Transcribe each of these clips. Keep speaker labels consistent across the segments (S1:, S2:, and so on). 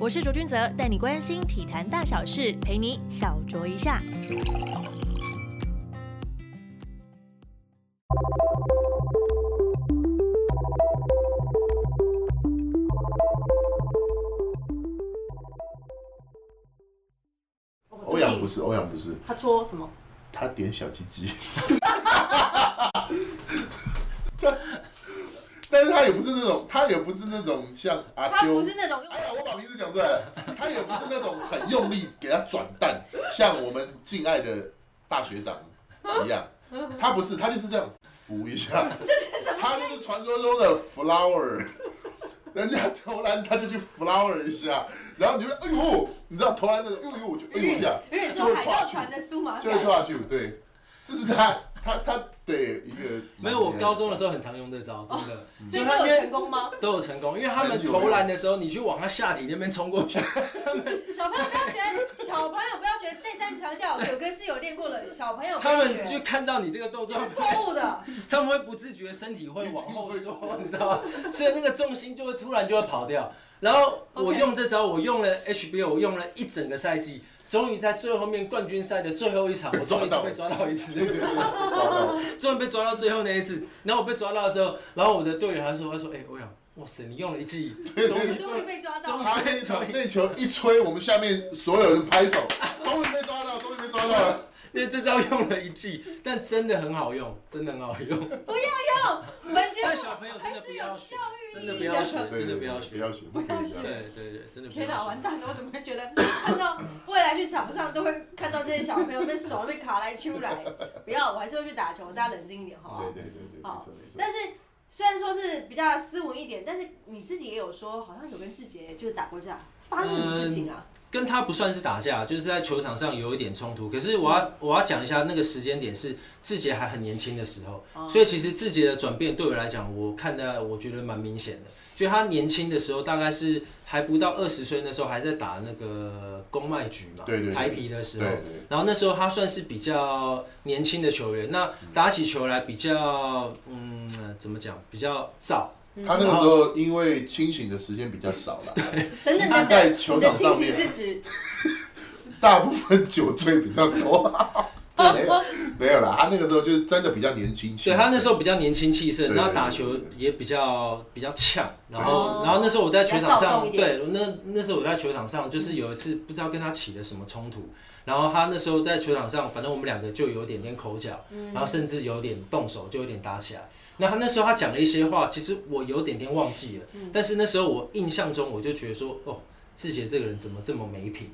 S1: 我是卓君泽，带你关心体坛大小事，陪你小酌一下。
S2: 欧阳不是，欧阳不是，
S3: 哦他搓什么？
S2: 他点小鸡鸡。 但是他也不是那种，他也不是那种像阿
S3: 他
S2: 丢
S3: 不，是那种
S2: 哎呀，我把名字讲出来了，他也不是那种很用力给他转蛋，像我们敬爱的大学长一样，他不是，他就是这样扶一下，他就是传说中的 flower，人家投篮他就去 flower 一下，然后你就会哎呦，你知道投篮那种，哎呦，就哎呦一下，
S3: 有点做海盗船的苏麻
S2: 就会抓下去，对，这是他他他对一个
S4: 没有，我高中的时候很常用这招，真的，
S3: 所
S4: 就
S3: 以
S4: 他
S3: 都有
S4: 们
S3: 成功 吗？
S4: 都有成功，因为他们投篮的时候，你去往他下体那边冲过去，
S3: 小朋友不要学，小朋友不要学，再三强调，九哥是有练过的，小朋友不
S4: 他
S3: 要
S4: 们就
S3: 学，
S4: 看到你这个动作
S3: 这是，错误的。
S4: 他们会不自觉身体会往后缩，你知道吗？所以那个重心就会突然就会跑掉。然后我
S3: OK
S4: 用这招，我用了 HBO，我用了一整个赛季，终于在最后面冠军赛的最后一场，我终于就被抓到一次
S2: 对。对对，找到了
S4: 终于被抓到最后那一次，然后我被抓到的时候，然后我的队友还说，他说，哎、欧阳，哇塞，你用了一记，终 于
S3: 终于被抓到
S4: 终于
S3: 了，
S2: 他那一场那球一吹，我们下面所有人拍手，终于被抓到，终于被抓到了。
S4: 因为这招用了一季，但真的很好用，真的很好 用。
S3: 不要用，我们节
S4: 但
S3: 目
S4: 小朋友真
S3: 还
S4: 的不
S3: 是
S4: 要
S3: 有
S4: 学
S3: 教，
S4: 真
S3: 育
S4: 的
S3: 意
S4: 不
S3: 义
S4: 要学
S3: 的。，
S4: 真的不要
S2: 不
S4: 学。
S2: 要学，不可以这样。
S4: 对对对，真的不
S3: 天哪，
S4: 要
S3: 完
S4: 学。
S3: 蛋了！我怎么会觉得 看到未来去场上都会看到这些小朋友们手被卡来揪来？不要，我还是会去打球，大家冷静一点，好不好
S2: 对？对对对，没错没错。
S3: 但是虽然说是比较斯文一点，但是你自己也有说，好像有跟志杰就是打过架，发生什么事情啊？
S4: 跟他不算是打架，就是在球场上有一点冲突。可是我要我要讲一下那个时间点是志杰还很年轻的时候，
S3: 哦
S4: 所以其实志杰的转变对我来讲，我看的我觉得蛮明显的。就他年轻的时候，大概是还不到二十岁，那时候还在打那个公卖局嘛，
S2: 对对对
S4: 台皮的时
S2: 对
S4: 候。
S2: 对，
S4: 然后那时候他算是比较年轻的球员，那打起球来比较，嗯，呃怎么讲，比较燥。
S2: 他那个时候因为清醒的时间比较少了，
S4: 呃
S3: 等等
S2: 他
S3: 等
S2: 在
S3: 等，
S2: 球
S3: 你的
S2: 场
S3: 清
S2: 上
S3: 醒
S2: 面
S3: 是指
S2: 大部分酒醉比较多。没有没有啦，他那个时候就是真的比较年轻。
S4: 对他那时候比较年轻气盛，
S2: 对
S4: 然后打球
S2: 对对
S4: 也比较比较呛，然后
S3: 哦
S4: 然后那时候我在球场
S3: 比较躁
S4: 上
S3: 动一，点
S4: 对，那那时候我在球场上就是有一次不知道跟他起了什么冲突，然后他那时候在球场上，反正我们两个就有点点口角，
S3: 嗯
S4: 然后甚至有点动手，就有点打起来。那他那时候他讲了一些话，其实我有点点忘记了，
S3: 嗯
S4: 但是那时候我印象中我就觉得说，哦，志杰这个人怎么这么没品？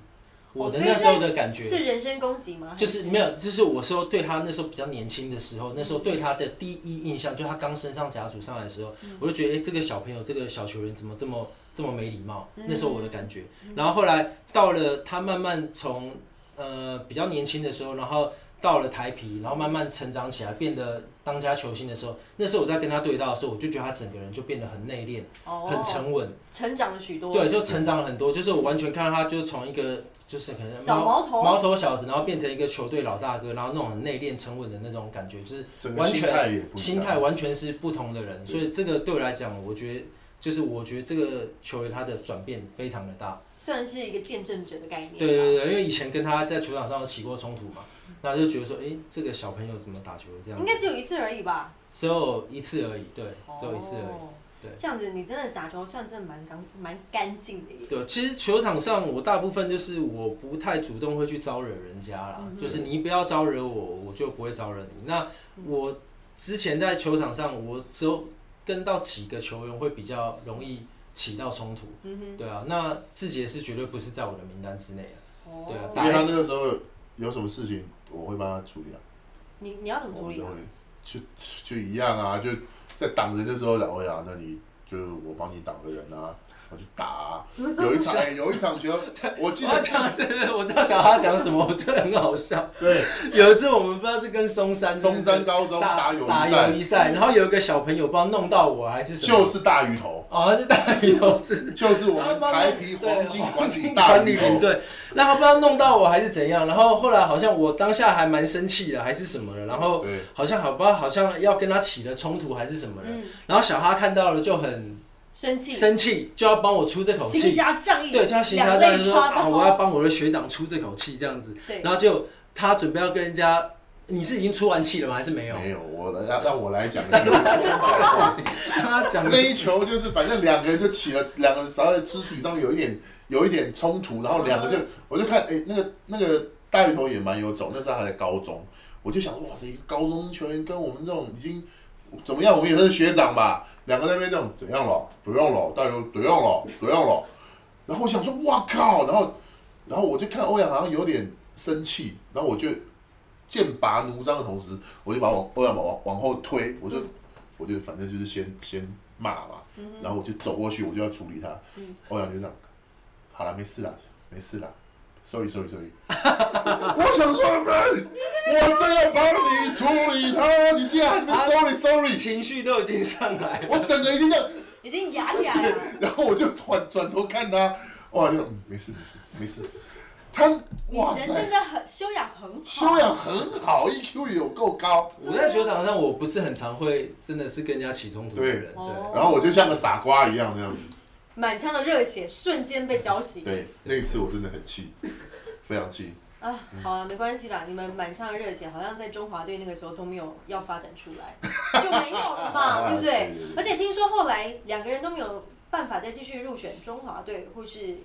S4: 我的
S3: 哦所以
S4: 那时候
S3: 是
S4: 的感觉
S3: 是人身攻击吗？
S4: 就是没有，就是我说对他那时候比较年轻的时候，那时候对他的第一印象，就他刚升上甲组上来的时候，我就觉得，哎、这个小朋友，这个小球员怎么这么这么没礼貌？那时候我的感觉。然后后来到了他慢慢从呃比较年轻的时候，然后到了台皮，然后慢慢成长起来，变得当家球星的时候，那时候我在跟他对到的时候，我就觉得他整个人就变得很内敛，很沉稳，
S3: 哦成长了许多。
S4: 对，就成长了很多。就是我完全看到他，就从一个就是可能
S3: 小毛头
S4: 毛头小子，然后变成一个球队老大哥，然后那种很内敛沉稳的那种感觉，就是
S2: 整个
S4: 完
S2: 心态
S4: 全
S2: 也不一样
S4: 心态完全是不同的人。所以这个对我来讲，我觉得就是我觉得这个球员他的转变非常的大。
S3: 算是一个见证者的概念吧。
S4: 对对对，因为以前跟他在球场上有起过冲突嘛，然后就觉得说，哎、这个小朋友怎么打球这样
S3: 应？该只有一次而已吧？
S4: 只有一次而已，对，只有一次而已。
S3: 哦
S4: 对
S3: 这样子你真的打球算真的蛮干蛮干净的耶。
S4: 对，啊其实球场上我大部分就是我不太主动会去招惹人家啦，就是你不要招惹我，我就不会招惹你。那我之前在球场上，我只有跟到几个球员会比较容易起到冲突，
S3: 嗯
S4: 对啊，那志杰是绝对不是在我的名单之内的，
S3: 哦
S4: 对啊
S2: 因为他那个时候有什么事情，我会帮他处理啊。
S3: 你你要怎么处理啊？
S2: 就就一样啊，就在挡人的时候，然后呀，那你就我帮你挡个人啊，我去打、 啊。有一场、哎有一场球，我记
S4: 我要
S2: 得
S4: 讲真的，我知道小哈讲什么，我觉得很好笑。
S2: 对
S4: 有一次我们不知道是跟松山
S2: 松山高中
S4: 打
S2: 打友
S4: 打
S2: 谊
S4: 友
S2: 赛，
S4: 谊赛，然后有一个小朋友不知道弄到我还是什么，
S2: 就是大鱼头，
S4: 哦，是大鱼头是。
S2: 就是我们台皮黄金 管理大
S4: 管理
S2: 鱼
S4: 领
S2: 头。
S4: 队，那他不知道弄到我还是怎样，然后后来好像我当下还蛮生气的，还是什么的，然后
S2: 对
S4: 好像好不知道好像要跟他起了冲突还是什么的，
S3: 嗯
S4: 然后小哈看到了就很
S3: 生气，
S4: 生气就要帮我出这口
S3: 行
S4: 气，
S3: 侠仗义，
S4: 对，就要行侠
S3: 两
S4: 仗义
S3: 肋
S4: 说
S3: 插刀，
S4: 啊，我要帮我的学长出这口气这样子。
S3: 对
S4: 然后就他准备要跟人家，你是已经出完气了吗？还是没有？
S2: 没有，我来 让让我来讲 的是。
S4: 他讲
S2: 那一球就是，反正两个人就起了，两个人稍微肢体上面有一点有一点冲突，然后两个就，我就看，哎、那个那个大鱼头也蛮有种，那时候还在高中，我就想，哇塞，一个高中球员跟我们这种已经怎么样，我们也是学长吧，两个在那边这种怎样了，怎样了，大鱼头怎样了，怎样了，然后我想说，哇靠，然后然后我就看欧阳好像有点生气，然后我就剑拔弩张的同时，我就把我欧阳往往往后推，我就
S3: 嗯
S2: 我就反正就是先先骂嘛，然后我就走过去，我就要处理他。
S3: 嗯
S2: 欧阳就这样，好了，没事啦，没事啦，sorry sorry sorry。我想说，我正要帮你处理他，你竟然还没 sorry sorry，
S4: 情绪都已经上来了，
S2: 我整个已经这样，
S3: 已经哑 起来了，
S2: 然后我就转转头看他，欧阳就嗯没事没事没事，他哇
S3: 人
S2: 塞。
S3: 真的很修养很好
S2: 修，养很好，EQ 也有够高。
S3: 哦
S4: 我在球场上我不是很常会真的是跟人家起冲突的
S2: 对
S4: 人，
S3: 哦
S4: 对。
S2: 然后我就像个傻瓜一样这样子。
S3: 满腔的热血瞬间被浇熄。
S2: 对，那一次我真的很气，非常气。
S3: 啊，
S2: 嗯
S3: 好了，没关系啦，你们满腔的热血好像在中华队那个时候都没有要发展出来， 就没有了
S2: 啊
S3: 嘛，对不对？而且听说后来两个人都没有办法再继续入选中华队，或是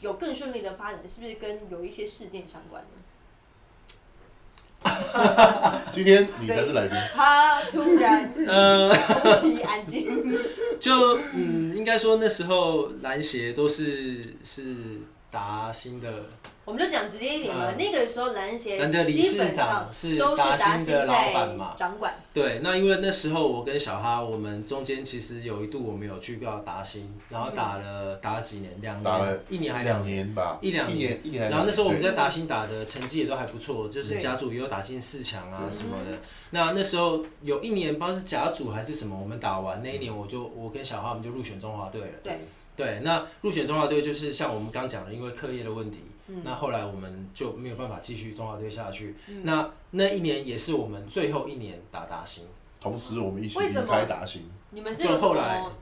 S3: 有更顺利的发展，是不是跟有一些事件相 关呢？
S2: 今天你才是来宾，
S3: 他突然
S4: 嗯、
S3: 空气安静，
S4: 就嗯，应该说那时候篮协都是是达新的，
S3: 我们就讲直接一点嘛，
S4: 嗯
S3: 那个时候蓝协
S4: 蓝的理
S3: 基
S4: 事
S3: 本上
S4: 长是
S3: 都是
S4: 达
S3: 达
S4: 兴
S3: 兴在
S4: 的老板嘛
S3: 掌管，
S4: 对，那因为那时候我跟小哈，我们中间其实有一度我们有去到达新，然后打了、打了几年，两年，
S2: 打了
S4: 一年还
S2: 两
S4: 两年。
S2: 年吧，
S4: 一两
S2: 一年一年还两年。
S4: 然后那时候我们在
S2: 对
S4: 达新打的成绩也都还不错，就是
S3: 对
S4: 甲组也有打进四强啊
S2: 对
S4: 什么的。那那时候有一年不知道是甲组还是什么，我们打完那一年我就我跟小哈我们就入选中华队了。
S3: 对，
S4: 对，那入选中华队就是像我们刚讲的，因为课业的问题，嗯
S3: 嗯
S4: 那后来我们就没有办法继续中华队下去。
S3: 嗯
S4: 那那一年也是我们最后一年打达新，
S2: 同时我们一起
S3: 为什
S2: 离
S3: 么
S2: 开达兴，
S3: 你们是有
S4: 就
S3: 什
S4: 后来
S3: 么？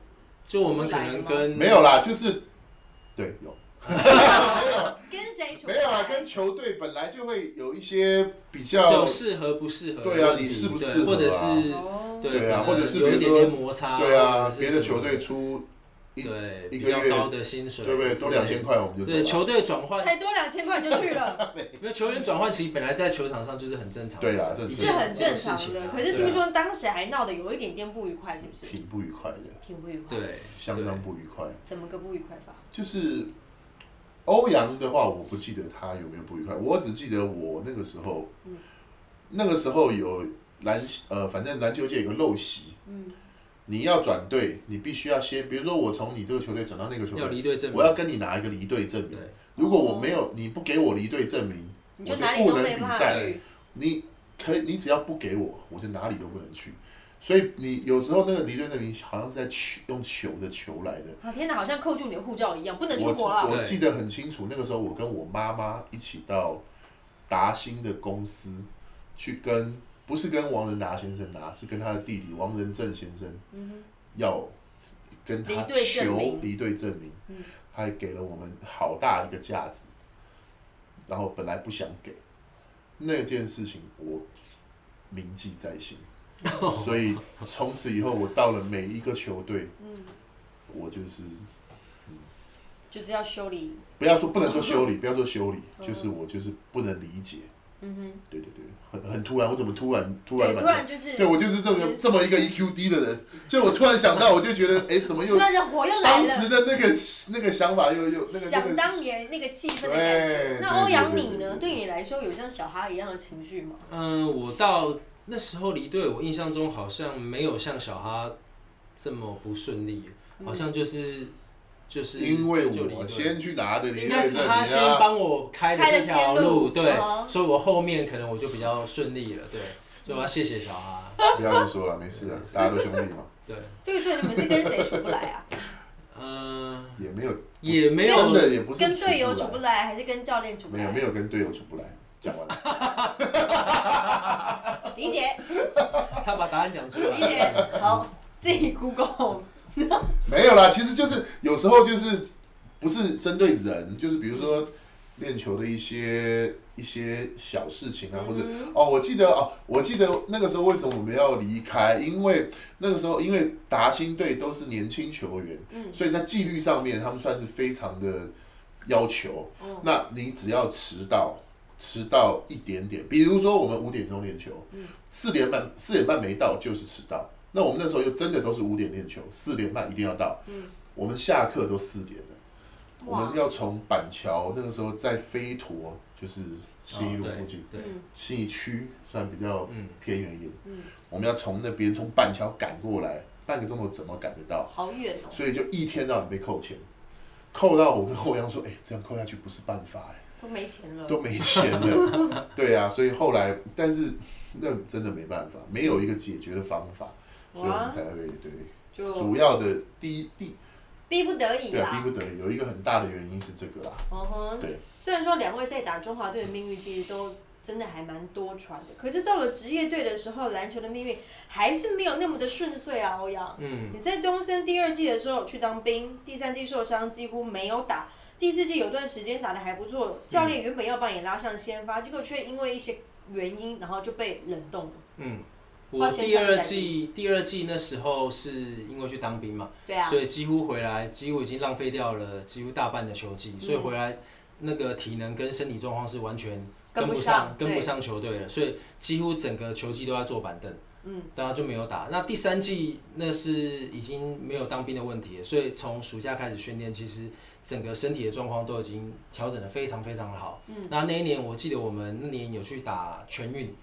S4: 就我们可能跟
S2: 没有啦，就是对有
S3: 跟谁处
S2: 没有啊？
S3: 来
S2: 跟球队本来就会有一些比较
S4: 就适合不适合的
S2: 对啊
S4: 问题，
S2: 你适不
S4: 对
S2: 适合啊
S4: 或者是
S3: 哦
S2: 对啊
S4: 可能
S2: 或者是
S4: 有一
S2: 比
S4: 点
S2: 如说
S4: 点摩擦，
S2: 对啊，
S4: 或者
S2: 别
S4: 是
S2: 的
S4: 什么
S2: 球队出一
S4: 对
S2: 一
S4: 比
S2: 个
S4: 较
S2: 月
S4: 高的薪水，
S2: 对不对？都两千。块我们就走
S4: 对
S2: 了。
S4: 球队转换，
S3: 才多两千块你就去 了，
S4: 因为球员转换其实本来在球场上就是很正常的，
S2: 对啦这是
S3: 是很正常
S4: 这种事情
S3: 的。
S4: 啊
S3: 可是
S4: 对啊
S3: 听说当时还闹得有一点点不愉快，是不是？
S2: 挺不愉快的，
S3: 挺不愉快。
S4: 对，
S2: 相当不愉快。
S3: 怎么个不愉快法？
S2: 就是欧阳的话，我不记得他有没有不愉快，我只记得我那个时候，
S3: 嗯
S2: 那个时候有篮呃，反正篮球界有个陋习，
S3: 嗯，
S2: 你要转队，你必须要先，比如说我从你这个球队转到那个球
S4: 要
S2: 队，
S4: 离队证明
S2: 我要跟你拿一个离队证明
S4: 对。
S2: 如果我没有，你不给我离队证明，
S3: 你
S2: 我
S3: 就哪里都
S2: 不能
S3: 没
S2: 比
S3: 办法
S2: 赛。
S3: 去。
S2: 你可以，你只要不给我，我就哪里都不能去。所以你有时候那个离队证明好像是在球用球的球来的，
S3: 啊天哪，好像扣住你的护照一样，不能
S2: 我
S3: 出
S2: 记
S3: 国了。
S2: 我记得很清楚，那个时候我跟我妈妈一起到达兴的公司去跟，不是跟王仁达先生拿，是跟他的弟弟王仁正先生
S3: 嗯
S2: 要跟他
S3: 离队证
S2: 求
S3: 明
S2: 离队证明，
S3: 嗯
S2: 还给了我们好大一个架子，然后本来不想给那件事情，我铭记 在心，所以从此以后我到了每一个球队，
S3: 嗯，
S2: 我就是。
S3: 就是要修理。
S2: 不要说不能说修理，不要说修理，
S3: 嗯
S2: 就是我就是不能理解，
S3: 嗯哼，
S2: 对对对，很很突然，我怎么突然突然
S3: 对，
S2: 满
S3: 突然就是，
S2: 对我就是这么这么一个 EQ 低的人，就我突然想到，我就觉得哎，怎么
S3: 突
S2: 又
S3: 然人火又来
S2: 当时
S3: 了。
S2: 的那个那个想法又又那个那
S3: 想
S2: 个，
S3: 当年那个气氛的感觉
S2: 对。
S3: 那欧阳
S2: 对对
S3: 你呢？
S2: 对对
S3: 对你来说有像小哈一样的情绪吗？
S4: 嗯，我到那时候离队，我印象中好像没有像小哈这么不顺利，好像就是就是
S2: 因为
S4: 就离队
S2: 我先去拿的离
S4: 应
S2: 队
S4: 该是
S2: 证明
S4: 他先
S2: 啊，
S4: 帮我开了这条对，所以我后面可能我就比较顺利了，对，所以我要谢谢小哈，
S2: 不要再说了，没事 了，大家都兄弟嘛，
S4: 对，
S3: 对，所以你们是跟谁处不来啊？
S4: 嗯，
S2: 也没有
S4: 也没有
S2: 真的也 不是
S3: 跟
S2: 处
S3: 队友处
S2: 不
S3: 不来，还是跟教练处
S2: 来
S3: 不
S2: 没有
S3: 来
S2: 没？有跟队友处不来，讲完了，
S3: 理解。
S4: 他把答案讲出
S3: 理解
S4: 来，，
S3: 好，自己 Google
S2: 没有啦，其实就是有时候就是不是针对人，就是比如说练球的一些一些小事情啊，或者哦，我记得哦，我记得那个时候为什么我们要离开？因为那个时候因为达兴队都是年轻球员，
S3: 嗯
S2: 所以在纪律上面他们算是非常的要求。
S3: 嗯
S2: 那你只要迟到。迟到一点点，比如说我们五点钟练球，四点半四点半没到就是迟到。那我们那时候又真的都是五点练球，四点半一定要到。
S3: 嗯
S2: 我们下课都四点了， 我
S3: 哇
S2: 们要从板桥那个时候在飞陀，就是新义路附近，
S4: 哦对，
S3: 嗯
S2: 新义区算比较
S4: 嗯
S2: 偏远一点，
S3: 嗯，
S2: 我们要从那边从板桥赶过来，半个钟头怎么赶得到？
S3: 好远哦。
S2: 所以就一天到晚被扣钱，扣到我跟后阳说，哎、这样扣下去不是办法、哎，
S3: 都没钱了，
S2: 都没钱了。 对啊，所以后来，但是那真的没办法，没有一个解决的方法，所以我们才会对。
S3: 就
S2: 主要的第一第
S3: 逼不得已
S2: 对啊，逼
S3: 啦。
S2: 不得已，有一个很大的原因是这个啊啦。
S3: 嗯哼，
S2: 对，
S3: 虽然说两位在打中华队的命运其实都真的还蛮多舛的，可是到了职业队的时候，篮球的命运还是没有那么的顺遂啊，欧阳。
S4: 嗯，
S3: 你在东森第二季的时候去当兵，第三季受伤几乎没有打，第四季有段时间打的还不错，教
S4: 嗯
S3: 练原本要把你拉上先发，结果却因为一些原因，然后就被冷冻了。
S4: 嗯，我第二季第二季那时候是因为去当兵嘛，
S3: 对啊，
S4: 所以几乎回来几乎已经浪费掉了几乎大半的球
S3: 嗯
S4: 季，所以回来那个体能跟身体状况是完全
S3: 跟不
S4: 不
S3: 上
S4: 上跟不上球队了，所以几乎整个球季都在坐板凳。
S3: 嗯，
S4: 当啊然就没有打。那第三季那是已经没有当兵的问题了，所以从暑假开始训练，其实整个身体的状况都已经调整的非常非常好。嗯，那那一年我记得我们那年有去打全运，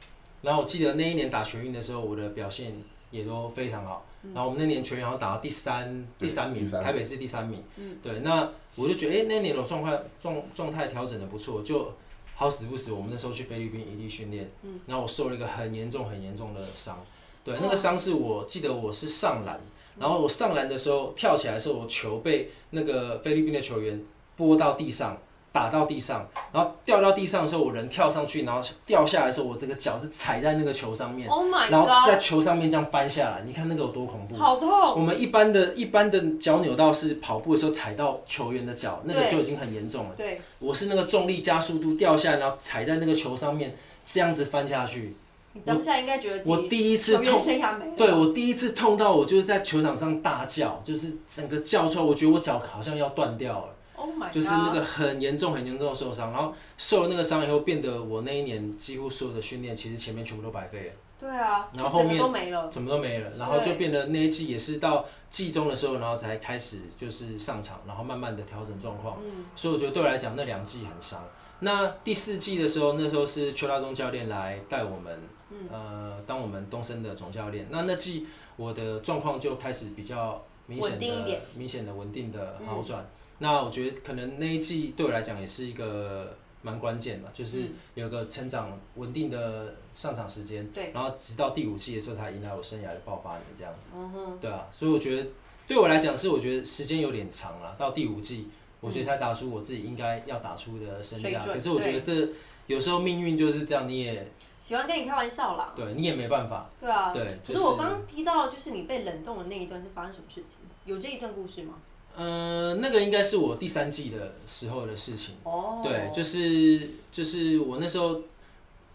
S4: 然后我记得那一年打全运的时候，我的表现也都非常好。然后我们那年全运好像打到第三
S2: 对
S4: 第三名，
S2: 第三
S4: 台北市第三名。嗯，对，那我就觉得哎、诶那年的状况状状态调整的不错，就好死不死，我们那时候去菲律宾一地训练，嗯，然后我受了一个很严重、很严重的伤，对，
S3: 嗯
S4: 那个伤是我记得我是上篮，然后我上篮的时候跳起来的时候，我球被那个菲律宾的球员拨到地上，打到地上，然后掉到地上的时候，我人跳上去，然后掉下来的时候，我这个脚是踩在那个球上面
S3: Oh my
S4: 然后
S3: god！
S4: 在球上面这样翻下来，你看那个有多恐怖。
S3: 好痛！
S4: 我们一般的一般的脚扭到是跑步的时候踩到球员的脚，那个
S3: 对
S4: 就已经很严重了。
S3: 对，
S4: 我是那个重力加速度掉下来，然后踩在那个球上面，这样子翻下去。
S3: 你当下应该觉得自己
S4: 我第一次
S3: 球员
S4: 痛，
S3: 生涯没了。
S4: 对我第一次痛到我就是在球场上大叫，就是整个叫出来，我觉得我脚好像要断掉了，
S3: ，Oh my god！
S4: 就是那个很严重很严重的受伤。然后受了那个伤以后，变得我那一年几乎所有的训练，其实前面全部都白费
S3: 对啊，
S4: 然后
S3: 就整
S4: 后
S3: 个都
S4: 面
S3: 没了。
S4: 了，什么都没了。然后
S3: 对
S4: 就变得那一季也是到季中的时候，然后才开始就是上场，然后慢慢的调整状况。
S3: 嗯，
S4: 所以我觉得对我来讲那两季很伤。那第四季的时候，那时候是邱大中教练来带我们，
S3: 嗯
S4: 呃，当我们东升的总教练。那那季我的状况就开始比较明显
S3: 稳定一
S4: 的
S3: 点、嗯
S4: 明显的稳定的好转。那我觉得可能那一季对我来讲也是一个蛮关键嘛，就是
S3: 嗯
S4: 有个成长稳定的上场时间。
S3: 对
S4: 然后直到第五季的时候，才迎来我生涯的爆发年这样子。
S3: 嗯哼，
S4: 对啊，所以我觉得对我来讲是，我觉得时间有点长了，到第五季，我觉得才打出我自己应该要打出的身
S3: 水
S4: 价。
S3: 准
S4: 可是我觉得这有时候命运就是这样，你也
S3: 喜欢跟你开玩笑啦。
S4: 对你也没办法。
S3: 对啊，
S4: 对
S3: 可
S4: 就是
S3: 是我刚刚提到，就是你被冷冻的那一段是发生什么事情？有这一段故事吗？
S4: 呃，那个应该是我第三季的时候的事情。
S3: 哦，
S4: 对，就是就是我那时候，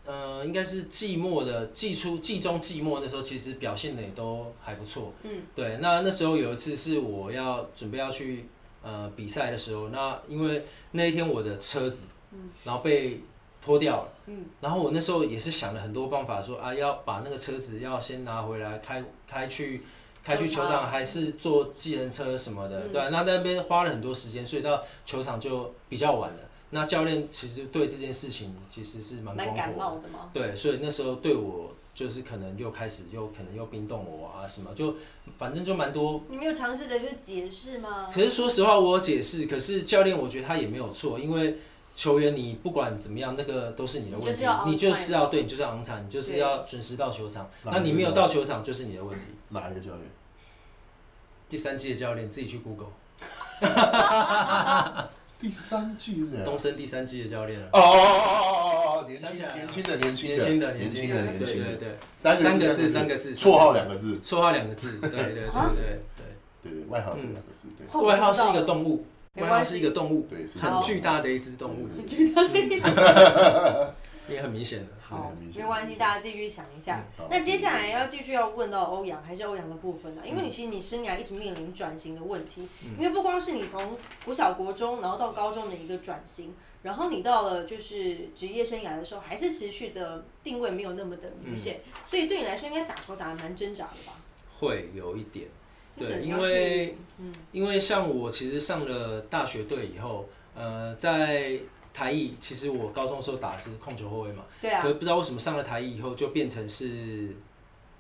S4: 呃，应该是季末的季初、季中、季末那时候，其实表现的也都还不错。
S3: 嗯，
S4: 对。那那时候有一次是我要准备要去呃比赛的时候，那因为那一天我的车子，嗯，然后被拖掉了，嗯，然后我那时候也是想了很多办法说啊要把那个车子要先拿回来开开去。开去球
S3: 球
S4: 场还是坐计程车什么的，对啊、那那边花了很多时间，所以到球场就比较晚了。那教练其实对这件事情其实是蛮
S3: 蛮
S4: 光
S3: 感
S4: 火
S3: 冒的吗？
S4: 的，对，所以那时候对我就是可能又开始又可能又冰冻我啊什么，就反正就蛮多。
S3: 你没有尝试着去解释吗？
S4: 其实说实话，我有解释，可是教练我觉得他也没有错，因为球员你不管怎么样，那个都是你的
S3: 你
S4: 问
S3: 就
S4: 题
S3: 是要，on
S4: 你就是要对，你就是要昂场，你就是要准时到球场。那你没有到球场就是你的问题。
S2: 哪一个教练？
S4: 第三季的教练自己去 Google，
S2: 第三季是谁啊？
S4: 东升第三季的教练了。
S2: 哦哦哦哦哦哦，年轻
S4: 想
S3: 啊
S4: 起来了
S2: 年轻的年轻
S4: 年
S2: 的
S4: 轻的，
S2: 年轻
S4: 的，
S2: 的年
S4: 对
S2: 轻
S4: 对
S2: 的，
S4: 对，
S2: 三个
S4: 三
S2: 字
S4: 个字，三个字，
S2: 绰号两个字，
S4: 绰号两个字，对对对对对对，
S2: 对对，外号是
S4: 嗯
S2: 两个字，对
S3: 啊我不
S4: 外号
S3: 知
S4: 是
S3: 道
S4: 一个动物，
S3: 没
S4: 外
S3: 关
S4: 号
S3: 系
S4: 是一个动物，
S2: 对，是嗯
S4: 很巨大的一只动物，
S2: 对
S3: 觉得那个
S4: 也很明显的。嗯
S3: 好
S2: 很明，显
S3: 没关系，大家自己去想一下。
S2: 好
S3: 那接下来要继续要问到欧阳，还是欧阳的部分呢、啊因为你其实你生涯一直面临转型的问题，
S4: 嗯
S3: 因为不光是你从国小、国中，然后到高中的一个转型，然后你到了就是职业生涯的时候，还是持续的定位没有那么的明显，
S4: 嗯
S3: 所以对你来说应该打球打得蛮挣扎的吧？
S4: 会有一点，
S3: 你怎
S4: 对，
S3: 么
S4: 因
S3: 样去
S4: 为
S3: 嗯
S4: 因为像我其实上了大学队以后，呃，在台艺，其实我高中的时候打的是控球后卫嘛，
S3: 对啊
S4: 可，是不知道为什么上了台艺以后就变成是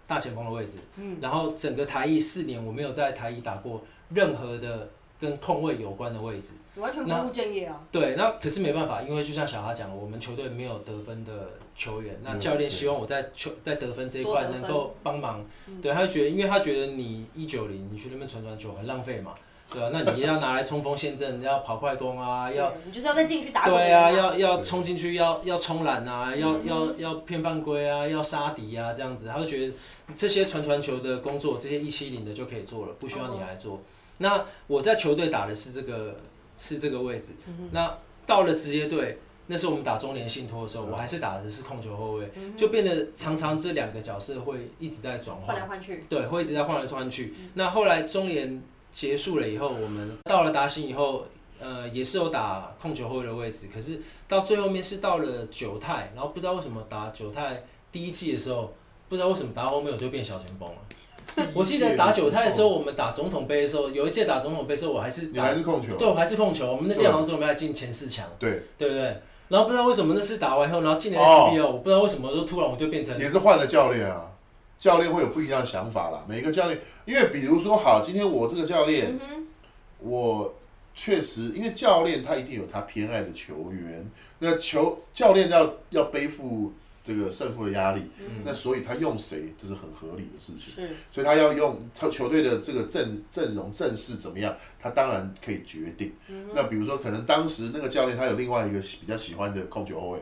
S4: 大前锋的位置，
S3: 嗯，
S4: 然后整个台艺四年我没有在台艺打过任何的跟控卫有关的位置。
S3: 你完全不务正业啊，
S4: 对，那可是没办法，因为就像小哈讲，的，我们球队没有得分的球员，那教练希望我在球在得分这一
S3: 多
S4: 块
S3: 得分嗯
S4: 能够帮忙。对，他就觉得，因为他觉得你一九零，你去那边传传球很浪费嘛，对啊，那你要拿来冲锋陷阵，要跑快攻啊，
S3: 对
S4: 要
S3: 你就是要在禁区打滚的
S4: 对
S3: 人
S4: 啊，要要冲进去，要要冲篮啊，要要要骗犯规啊，要杀敌啊，这样子，他就觉得这些传传球的工作，这些一七零的就可以做了，不需要
S3: 哦
S4: 你来做。那我在球队打的是这个是这个位置，
S3: 嗯
S4: 那到了职业队，那时候我们打中联信托的时候，我还是打的是控球后卫，就变得常常这两个角色会一直在转
S3: 嗯换
S4: 换
S3: 来，换去，
S4: 对，会一直在换来换去。那后来中联结束了以后，我们到了达兴以后，呃，也是有打控球后卫的位置，可是到最后面是到了九泰，然后不知道为什么打九泰第一季的时候，不知道为什么打到后面我就变小前锋了。我记得打九泰的时候，我们打总统杯的时候，有一届打总统杯的时候，我还是
S2: 你
S4: 打
S2: 还是控球，啊
S4: 对，我还是控球，我们那届好像总统杯还进前四强，
S2: 嗯对，
S4: 对不对？然后不知道为什么那次打完以后，然后进了
S2: 哦
S4: SBL，、我不知道为什么就突然我就变成
S2: 也是换了教练啊，教练会有不一样的想法啦。每个教练，因为比如说，好，今天我这个教练，
S3: 嗯哼，
S2: 我确实，因为教练他一定有他偏爱的球员，那球教练要要背负这个胜负的压力，那所以他用谁，这是很合理的事情。
S3: 是，
S2: 所以他要用他球队的这个阵阵容阵势怎么样，他当然可以决定。
S3: 嗯
S2: 那比如说，可能当时那个教练他有另外一个比较喜欢的控球后卫，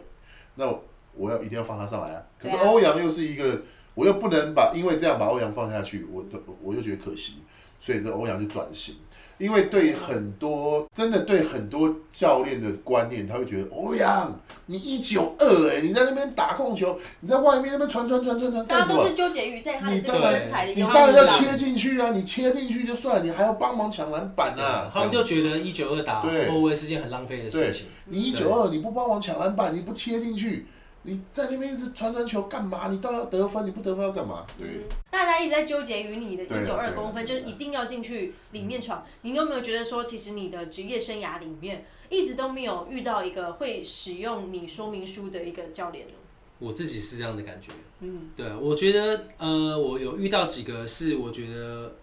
S2: 那我要一定要放他上来啊。可是
S3: 对啊
S2: 欧阳又是一个，我又不能把因为这样把欧阳放下去，我
S3: 嗯
S2: 我又觉得可惜，所以这欧阳就转型。因为对很多真的对很多教练的观念，他会觉得欧阳你一九二哎，你在那边打控球，你在外面那边传传传传传
S3: 大
S2: 干
S3: 家
S2: 什
S3: 都
S2: 么
S3: 是？纠结于在他的
S2: 你
S3: 这个
S4: 对
S3: 身材的一
S2: 你
S3: 个嗯
S2: 当然要
S3: 上
S2: 切进去啊！你切进去就算，你还要帮忙抢篮板啊！
S4: 他们
S2: 这
S4: 就
S2: 样
S4: 觉得一九二打
S2: 对
S4: 后卫是件很浪费的事情。
S2: 你一九二你不帮忙抢篮板，你不切进去，你在那边一直传传球干嘛？你当然要得分，你不得分要干嘛？对，
S3: 大家一直在纠结于你的
S2: 对
S3: 一九二
S2: 对
S3: 公分，就是一定要进去里面闯。你有没有觉得说，其实你的职业生涯里面一直都没有遇到一个会使用你说明书的一个教练呢？
S4: 我自己是这样的感觉。
S3: 嗯，
S4: 对，我觉得呃，我有遇到几个是我觉得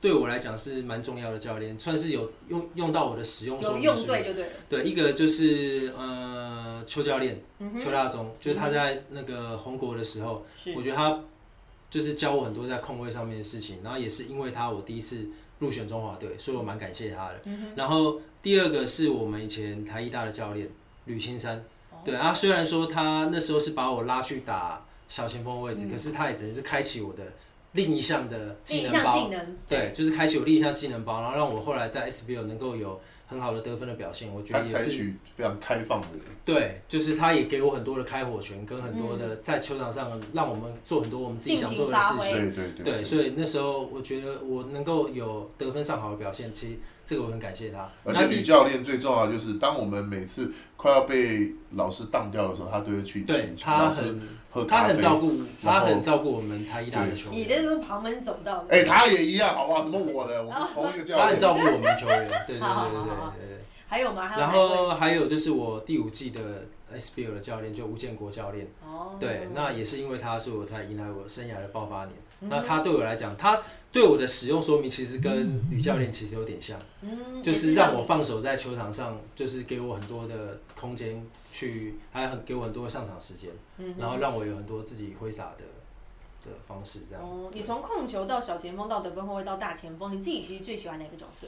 S4: 对我来讲是蛮重要的教练，算是有用用到我的使用说
S3: 有
S4: 明
S3: 用
S4: 书。
S3: 对就对了。
S4: 对，一个就是呃邱教练，
S3: 嗯
S4: 邱大中，就是他在那个红国的时候，
S3: 是
S4: 我觉得他就是教我很多在控卫上面的事情，然后也是因为他，我第一次入选中华队，所以我蛮感谢他的。
S3: 嗯
S4: 然后第二个是我们以前台艺大的教练吕青山，
S3: 哦
S4: 对啊，虽然说他那时候是把我拉去打小前锋位置，可是他也只能是开启我的另一项的
S3: 嗯
S4: 技
S3: 另一
S4: 能
S3: 项
S4: 包，
S3: 技能，
S4: 对，就是开启我另一项技能包，然后让我后来在 SBL 能够有很好的得分的表现，我觉
S2: 他
S4: 得也
S2: 采
S4: 是
S2: 取非常开放的，
S4: 对，就是他也给我很多的开火权，跟很多的在球场上让我们做很多我们自己想做的事
S3: 嗯尽情发
S4: 情
S3: 挥。
S2: 对对
S4: 对，所以那时候我觉得我能够有得分上好的表现，其实这个我很感谢他。
S2: 而且
S4: 那
S2: 女
S4: 第
S2: 教练最重要的就是，当我们每次快要被老师当掉的时候，他都会去
S4: 对
S2: 请
S4: 他
S2: 老师
S4: 很
S2: 喝
S4: 他
S2: 咖
S4: 很
S2: 啡。
S4: 照顾，
S2: 然
S4: 他
S2: 后
S4: 很照顾我们台一大的球
S3: 你
S4: 员，
S3: 的都是旁门左道的。
S2: 哎，他也一样，好不好？什么我的，我们同一个教
S4: 他很
S2: 练。
S4: 照顾我们球员。对对对对
S3: 好好好
S4: 对
S3: 好
S4: 对对。
S3: 还有吗？还有
S4: 然
S3: 哪位？
S4: 后还有就是我第五季的 SBL 的教练就吴建国教练。
S3: 哦
S4: 对，那也是因为他，所以我才迎来我生涯的爆发年。
S3: 嗯
S4: 那他对我来讲，他对我的使用说明其实跟吕教练其实有点像，
S3: 嗯
S4: 就
S3: 也
S4: 是让我
S3: 你
S4: 放手在球场上，就是给我很多的空间去，还有很给我很多的上场时间，
S3: 嗯
S4: 然后让我有很多自己挥洒的的方式这样子。
S3: 哦，你从控球到小前锋到得分后卫到大前锋，你自己其实最喜欢哪个角色？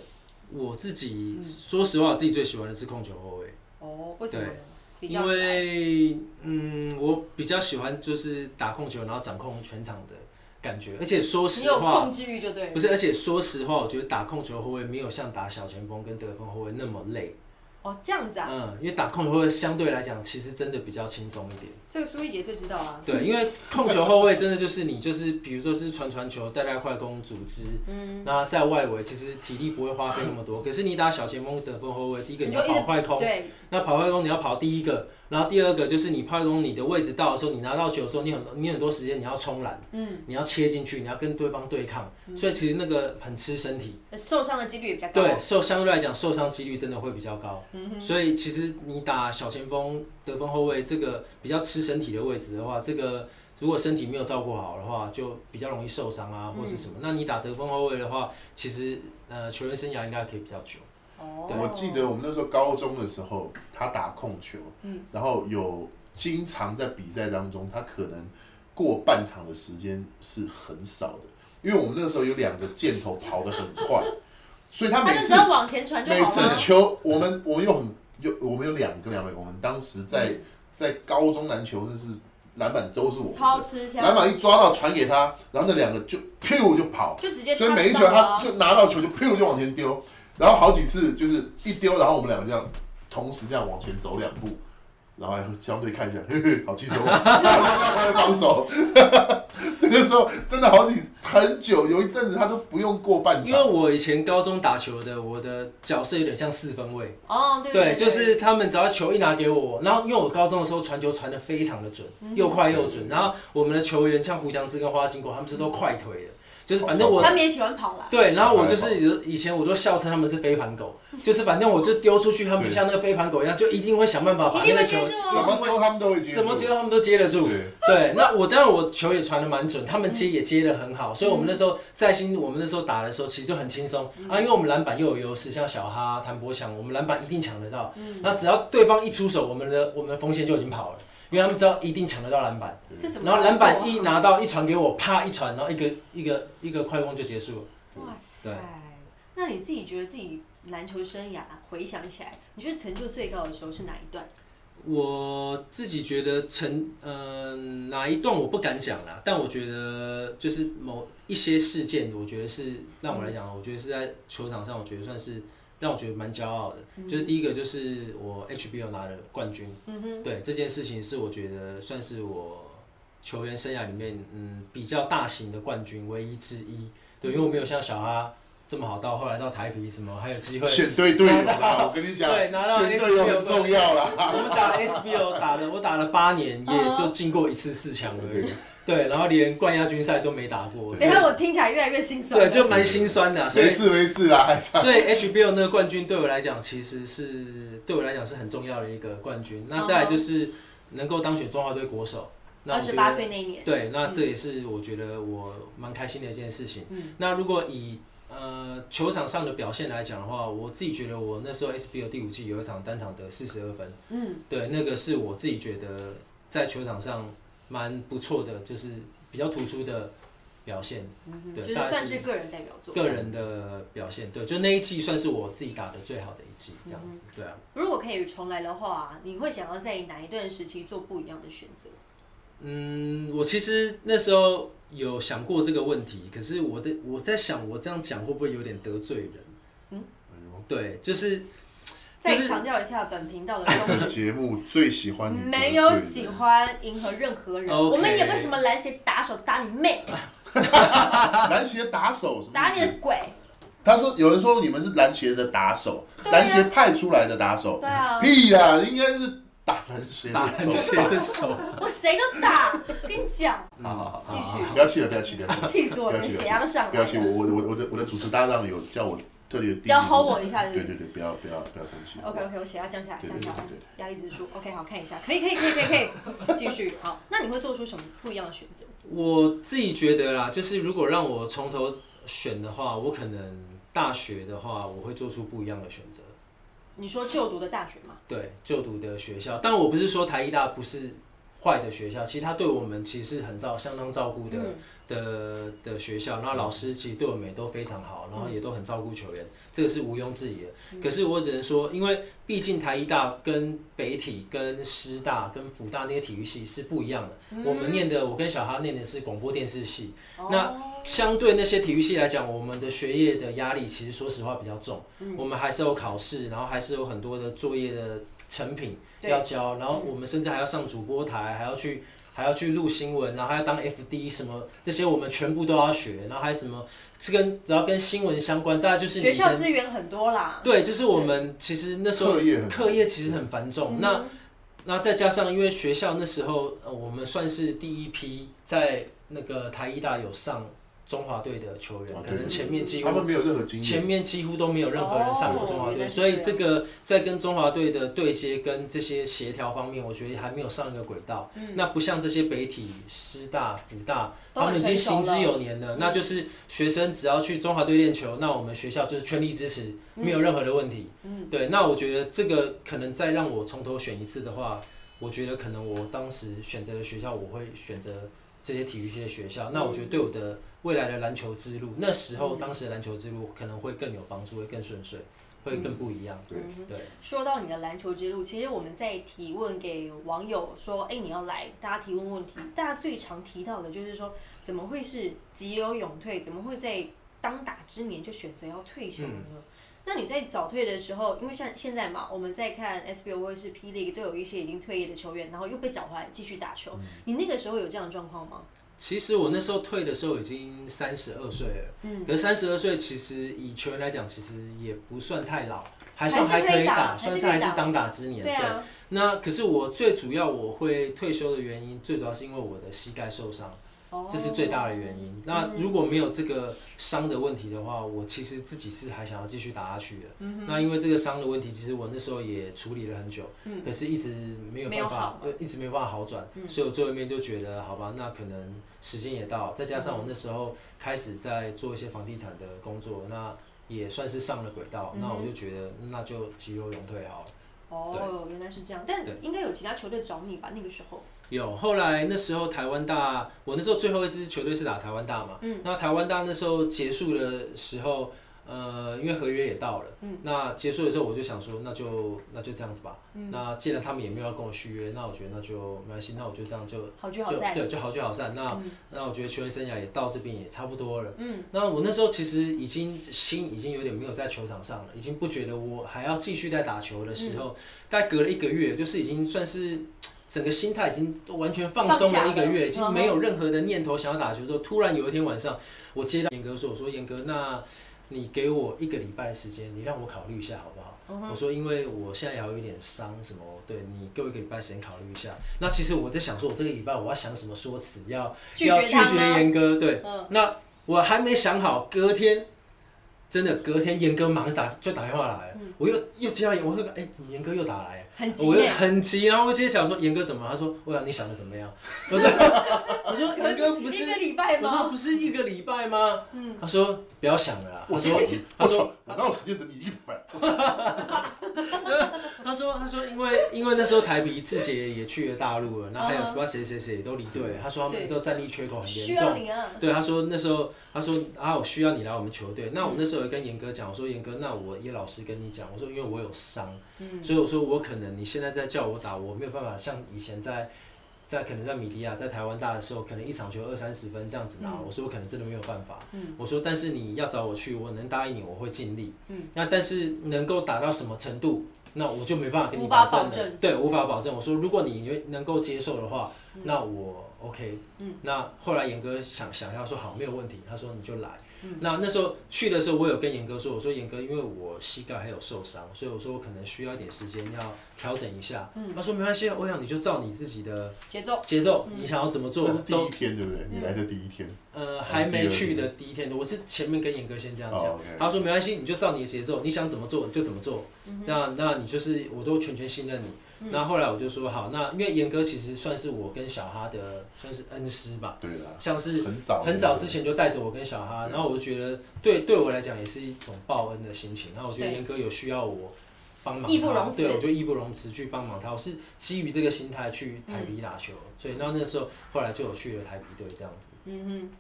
S4: 我自
S3: 嗯
S4: 己说实话，我自己最喜欢的是控球后卫。
S3: 哦，为什么
S4: 对
S3: 呢？比
S4: 因
S3: 较喜欢
S4: 为嗯，我比较喜欢就是打控球，然后掌控全场的感觉。而且说
S3: 你
S4: 实
S3: 有
S4: 话
S3: 控，制欲就对了。
S4: 不是，而且说实话，我觉得打控球后卫没有像打小前锋跟得分后卫那么累。
S3: 哦，这样子啊，
S4: 嗯，因为打控球后卫相对来讲，其实真的比较轻松一点。
S3: 这个苏一姐最知道啊。
S4: 对，因为控球后卫真的就是你就是，比如说就是传传球、带带快攻、组织。嗯。那在外围其实体力不会花费那 么多，可是你打小前锋、得分后卫，第一个你要
S3: 你就一直
S4: 跑快攻，
S3: 对，
S4: 那跑快攻你要跑第一个，然后第二个就是你快攻你的位置到的时候，你拿到球的时候，你很你很多时间你要冲篮，
S3: 嗯，
S4: 你要切进去，你要跟对方对抗，所以其实那个很吃身体。
S3: 受伤的几率也比较高。嗯
S4: 对，受相对来讲受伤几率真的会比较高，所以其实你打小前锋、得分后卫这个比较吃身体的位置的话，这个如果身体没有照顾好的话，就比较容易受伤啊，或是
S3: 嗯
S4: 什么。那你打得分后卫的话，其实呃球员生涯应该可以比较久。
S3: 哦，
S2: 我记得我们那时候高中的时候，他打控球，
S3: 嗯
S2: 然后有经常在比赛当中，他可能过半场的时间是很少的，因为我们那个时候有两个箭头跑得很 快，所以他
S3: 他
S2: 每
S3: 就只
S2: 次
S3: 要往前传就
S2: 每
S3: 好
S2: 次
S3: 了。
S2: 球，我们我们有很有我们有两个两百，我们当时在
S3: 嗯
S2: 在高中篮球那是篮板都是我们
S3: 超
S2: 的，
S3: 吃香，
S2: 篮板一抓到传给他，然后那两个就 Q 就跑。
S3: 就直接
S2: 所以每一球
S3: 到了
S2: 他
S3: 啊
S2: 就拿到球就噗就往前丢，然后好几次就是一丢，然后我们两个这样同时这样往前走两步，然后还相对看一下， 嘿嘿，好轻松，然后就放手。 那个时候真的好几很久，有一阵子他都不用过半
S4: 因为
S2: 场，
S4: 我以前高中打球的，我的角色有点像四分卫，
S3: 哦，对
S4: 对，
S3: 对，
S4: 就是他们只要球一拿给我，然后因为我高中的时候传球传的非常的准，
S3: 嗯
S4: 又快又准，然后我们的球员像胡翔之跟花金国，他们是都快腿的，就是反正我
S3: 他们也喜欢跑啦。
S4: 对，然后我就是以前我都笑称他们是飞盘狗，就是反正我就丢出去，他们就
S2: 对
S4: 像那个飞盘狗一样，就一定会想办法把
S3: 一定
S4: 那个
S3: 会
S4: 球
S3: 接住哦
S2: 怎么丢他们都会接住
S4: 怎么丢他们都接得住。
S2: 对，
S4: 对，那我当然我球也传的蛮准，他们
S3: 嗯
S4: 接也接的很好，所以我们那时候在新我们那时候打的时候其实就很轻松
S3: 嗯
S4: 啊，因为我们篮板又有优势，像小哈、谭博强，我们篮板一定抢得到。
S3: 嗯
S4: 那只要对方一出手，我们的我们的锋线就已经跑了，因为他们知道一定抢得到篮板。
S3: 这怎么？啊
S4: 然后篮板一，拿到一传给我，啪一传，然后一个一个一个快攻就结束了。
S3: 哇塞
S4: 嗯对！
S3: 那你自己觉得自己篮球生涯回想起来，你觉得成就最高的时候是哪一段？
S4: 我自己觉得成，嗯、哪一段我不敢讲啦，但我觉得就是某一些事件，我觉得是让我来讲，我觉得是在球场上，我觉得算是让我觉得蛮骄傲的。就是第一个就是我 HBO 拿了冠军，
S3: 嗯哼，
S4: 对这件事情是我觉得算是我球员生涯里面嗯比较大型的冠军唯一之一。对，因为我没有像小哈这么好到后来到台啤什么还有机会。
S2: 选对队友啦， 我跟你讲，
S4: 对拿到
S2: 选队友很重要啦。
S4: 我们打 SBO 打了，我打了八年，
S3: 嗯
S4: 也就进过一次四强而已
S2: 对。
S4: 对，然后连冠亚军赛都没打过。
S3: 等一下我听起来越来越心酸
S4: 对，
S3: 了。
S4: 就蛮心酸的啊、所以
S2: 没，事啊没事啦，还
S4: 所以 HBO 那个冠军对我来讲，其实是对我来讲是很重要的一个冠军。那再来就是能够当选中华队国手，那
S3: 嗯
S4: 我
S3: 二
S4: 觉
S3: 十
S4: 得
S3: 八岁嗯那一年，
S4: 对，那这也是我觉得我蛮开心的一件事情。
S3: 嗯
S4: 那如果以呃球场上的表现来讲的话，我自己觉得我那时候 SBO 第五季有一场单场得四十二分，
S3: 嗯，
S4: 对，那个是我自己觉得在球场上蛮不错的，就是比较突出的表现，
S3: 嗯哼
S4: 对
S3: 就是
S4: 大概
S3: 算
S4: 是
S3: 是个人代表作。
S4: 个人的表现，对，就那一季算是我自己打的最好的一季，这样
S3: 嗯
S4: 子，对啊。
S3: 如果可以重来的话，你会想要在哪一段时期做不一样的选择？
S4: 嗯，我其实那时候有想过这个问题，可是我的我在想，我这样讲会不会有点得罪人？
S3: 嗯
S4: 对，就是就
S3: 再
S4: 是
S3: 强调一下本频道的宗 旨。
S2: 节目最喜欢你
S3: 没有喜欢迎合任何人，
S4: 哦 OK
S3: 我们也不是什么篮协打手打你妹，
S2: 篮协打手什么意思
S3: 打你的鬼，
S2: 他说：“有人说你们是篮协的打手，
S3: 对啊
S2: 篮协派出来的打手，
S3: 对啊，
S2: 屁啦，应该是打篮协的
S4: 打
S2: 手
S4: 篮协的手，
S3: 我谁都打，跟你讲，
S2: 好好好，
S3: 继续
S2: 不要气了，不要气，不要气，
S3: 气死我，连血压都上
S2: 不
S3: 来
S2: 要气！我
S3: 了，
S2: 我我我的我的主持搭档有叫我特别
S3: 只要 hold 我一下是不
S2: 对
S3: 是
S2: 对对，不要不要不要生气。
S3: OK OK，我血压降下来，
S2: 对
S3: 降
S2: 对
S3: 下来
S2: 对对，
S3: 压力指数 OK，好看一下，可以可以可以可以可以，继续好。那你会做出什么不一样的选择？
S4: 我自己觉得啦，就是如果让我从头选的话，我可能大学的话，我会做出不一样的选择。
S3: 你说就读的大学嘛，
S4: 对，就读的学校，但我不是说台医大不是坏的学校，其实它对我们其实是很照相当照顾的
S3: 嗯
S4: 的的学校，然后老师其实对我们也都非常好，然后也都很照顾球员，这个是毋庸置疑的。可是我只能说，因为毕竟台医大跟北体、跟师大、跟辅大那些体育系是不一样的。我们念的，我跟小哈念的是广播电视系，那
S3: 哦
S4: 相对那些体育系来讲，我们的学业的压力其实说实话比较重，
S3: 嗯
S4: 我们还是有考试，然后还是有很多的作业的成品
S3: 对
S4: 要交，然后我们甚至还要上主播台，还要去还要去录新闻，然后还要当 FD 什么那些，我们全部都要学，然后还有什么是跟然后跟新闻相关，大家就是
S3: 学
S4: 女
S3: 校
S4: 生
S3: 资源很多啦，
S4: 对，就是我们其实那时候
S2: 课业很
S4: 课业其实很繁
S3: 嗯
S4: 重，那那再加上因为学校那时候呃我们算是第一批在那个台医大有上中华队的球员
S2: 哇，
S4: 可能前面几
S2: 他
S4: 乎
S2: 们没有任何经验，
S4: 前面几乎都没有任何人上过中华
S3: 哦原
S4: 队，
S3: 来是
S4: 所以
S3: 这
S4: 这个在跟中华队的对接跟这些协调方面，我觉得还没有上一个轨道。那不像这些北体、师大、福
S3: 嗯
S4: 大，
S3: 都很
S4: 他们已经
S3: 成熟
S4: 行之
S3: 了
S4: 有年了。那就是学生只要去中华队练球，那我们学校就是全力支持，没有任何的问题。嗯，对。那我觉得这个可能再让我从头选一次的话，我觉得可能我当时选择的学校，我会选择这些体育系的学校。那我觉得对我的未来的篮球之
S3: 嗯
S4: 路，那时候当时的篮球之路可能会更有帮助，会更顺遂，会更不一样。
S3: 嗯
S2: 对
S4: 对，
S3: 说到你的篮球之路，其实我们在提问给网友说，哎、你要来，大家提问问题，大家最常提到的就是说，怎么会是急流勇退？怎么会在当打之年就选择要退休呢？
S4: 嗯
S3: 那你在早退的时候，因为像现在嘛，我们在看 SBO 或者是 P League 都有一些已经退役的球员，然后又被找回来继续打
S4: 嗯
S3: 球。你那个时候有这样的状况吗？
S4: 其实我那时候退的时候已经三十二岁了，
S3: 嗯，
S4: 可是三十二岁其实以球员来讲，其实也不算太老，
S3: 还
S4: 还算
S3: 是
S4: 还
S3: 可
S4: 可
S3: 以
S4: 以
S3: 打
S4: 打，
S3: 还
S4: 算
S3: 是
S4: 是
S3: 可以
S4: 还是
S3: 打
S4: 当打之年。
S3: 对啊，
S4: 那可是我最主要我会退休的原因，最主要是因为我的膝盖受伤。
S3: 哦嗯
S4: 这是最大的原因。那如果没有这个伤的问题的话，我其实自己是还想要继续打下去的。
S3: 嗯
S4: 那因为这个伤的问题，其实我那时候也处理了很久，可是一直没有
S3: 嗯没有
S4: 办
S3: 好
S4: 法
S3: 嘛，嗯
S4: 呃一直没有办法好转，所以我最后面就觉得，好吧，那可能时间也到，再加
S3: 嗯
S4: 上我那时候开始在做一些房地产的工作，那也算是上了轨道，
S3: 嗯
S4: 那我就觉得那就急流勇退好了。
S3: 哦，原来是这样，但应该有其他球队找你吧？那个时候，
S4: 有，后来那时候台湾大，我那时候最后一支球队是打台湾大嘛，
S3: 嗯
S4: 那台湾大那时候结束的时候，呃，因为合约也到了，
S3: 嗯
S4: 那结束的时候我就想说，那就那就这样子吧，
S3: 嗯
S4: 那既然他们也没有要跟我续约，那我觉得那就没关系，那我就这样就
S3: 好聚好散嗯
S4: 就对，就好聚好散。那、那我觉得球员生涯也到这边也差不多了，嗯，那我那时候其实已经心已经有点没有在球场上了，已经不觉得我还要继续在打球的时
S3: 嗯
S4: 候，大概隔了一个月，就是已经算是。整个心态已经完全放
S3: 放
S4: 松
S3: 下
S4: 了一个
S3: 了
S4: 月，已经
S3: 嗯
S4: 没有任何的念头想要打球之后，突然有一天晚上，我接到严哥说：“我说严哥，那你给我一个礼拜的时间，你让我考虑一下好不好？”
S3: 嗯
S4: 我说：“因为我现在也还有一点伤，什么对你给我一个礼拜时间考虑一下。”那其实我在想说，我这个礼拜我要想什么说辞，要
S3: 拒绝
S4: 要拒
S3: 他
S4: 绝
S3: 吗
S4: 严哥，对，
S3: 嗯
S4: 那我还没想好，隔天真的隔天严哥马上打就打电话来了，我又又接到严，我说：“哎、你严哥又打来
S3: 嗯
S4: 了。”
S3: 很急
S4: 我
S3: 耶
S4: 又很急，然后我接着想说严哥怎么了？他说：“我想你想的怎么样？” 我说：“我说严哥不是
S3: 一个礼拜
S4: 我说
S3: 吗？
S4: 不是一个礼拜吗？
S3: 嗯
S4: 他说不要想了啦。
S2: 我
S4: 他
S2: 操
S4: 说，
S2: 我
S4: 他
S2: 操
S4: 说，
S2: 我哪有时间等你一个礼拜？
S4: 他说他说因为因为那时候台啤志杰也去了大陆了，那还有什么谁谁谁也都离队了，他说他们那时候战力缺口很
S3: 啊需
S4: 严
S3: 要
S4: 重。
S3: 你啊！
S4: 对，他说那时候他说啊，我需要你来我们球队。那我那时候也跟严哥讲，我说严哥，那我叶老师跟你讲，我说因为我有伤，
S3: 嗯
S4: 所以我说我可能你现在在叫我打，我没有办法像以前在。在可能在米迪亚，在台湾大的时候，可能一场球二三十分这样子拿，我说我可能真的没有办法。我说但是你要找我去，我能答应你，我会尽力。
S3: 嗯
S4: 那但是能够打到什么程度，那我就没办法跟你
S3: 无法
S4: 保证
S3: 保
S4: 了。
S3: 证
S4: 对，无法保证。我说如果你能够接受的话，
S3: 嗯
S4: 那我 OK。嗯，那后来严哥想想要说好，没有问题，他说你就来。
S3: 嗯
S4: 那那时候去的时候，我有跟严哥说，我说严哥，因为我膝盖还有受伤，所以我说我可能需要一点时间要调整一下。
S3: 嗯
S4: 他说没关系，啊我想你就照你自己的
S3: 节奏
S4: 节奏，
S3: 嗯
S4: 你想要怎么做
S2: 那是第
S4: 都
S2: 一天，对不对？你来的第一天，
S4: 呃，
S2: 还
S4: 还
S2: 是
S4: 没
S2: 第二
S4: 去
S2: 天
S4: 的第一天，我是前面跟严哥先这样
S2: 哦
S4: 讲
S2: ，OK，
S4: 他说没关系，你就照你的节奏，你想怎么做你就怎么做。
S3: 嗯
S4: 那那你就是我都全权信任你。那后来我就说好，那因为严哥其实算是我跟小哈的算是恩师吧，
S2: 对啦，
S4: 像是
S2: 很早
S4: 很早之前就带着我跟小
S3: 嗯
S4: 哈，然后我就觉得对对我来讲也是一种报恩的心情。然后我觉得
S3: 对
S4: 严哥有需要我帮忙
S3: 义不
S4: 他
S3: 容辞
S4: 对我就义不容辞去帮忙他。我是基于这
S3: 嗯
S4: 个心态去台比打球，所以那那时候后来就有去了台比队这样子。
S3: 嗯哼，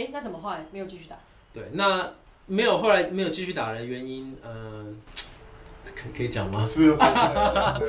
S3: 哎，那怎么后来没有继续打？
S4: 对，那没有后来没有继续打的原因，呃，可可以讲吗？
S2: 是不是用上台讲？对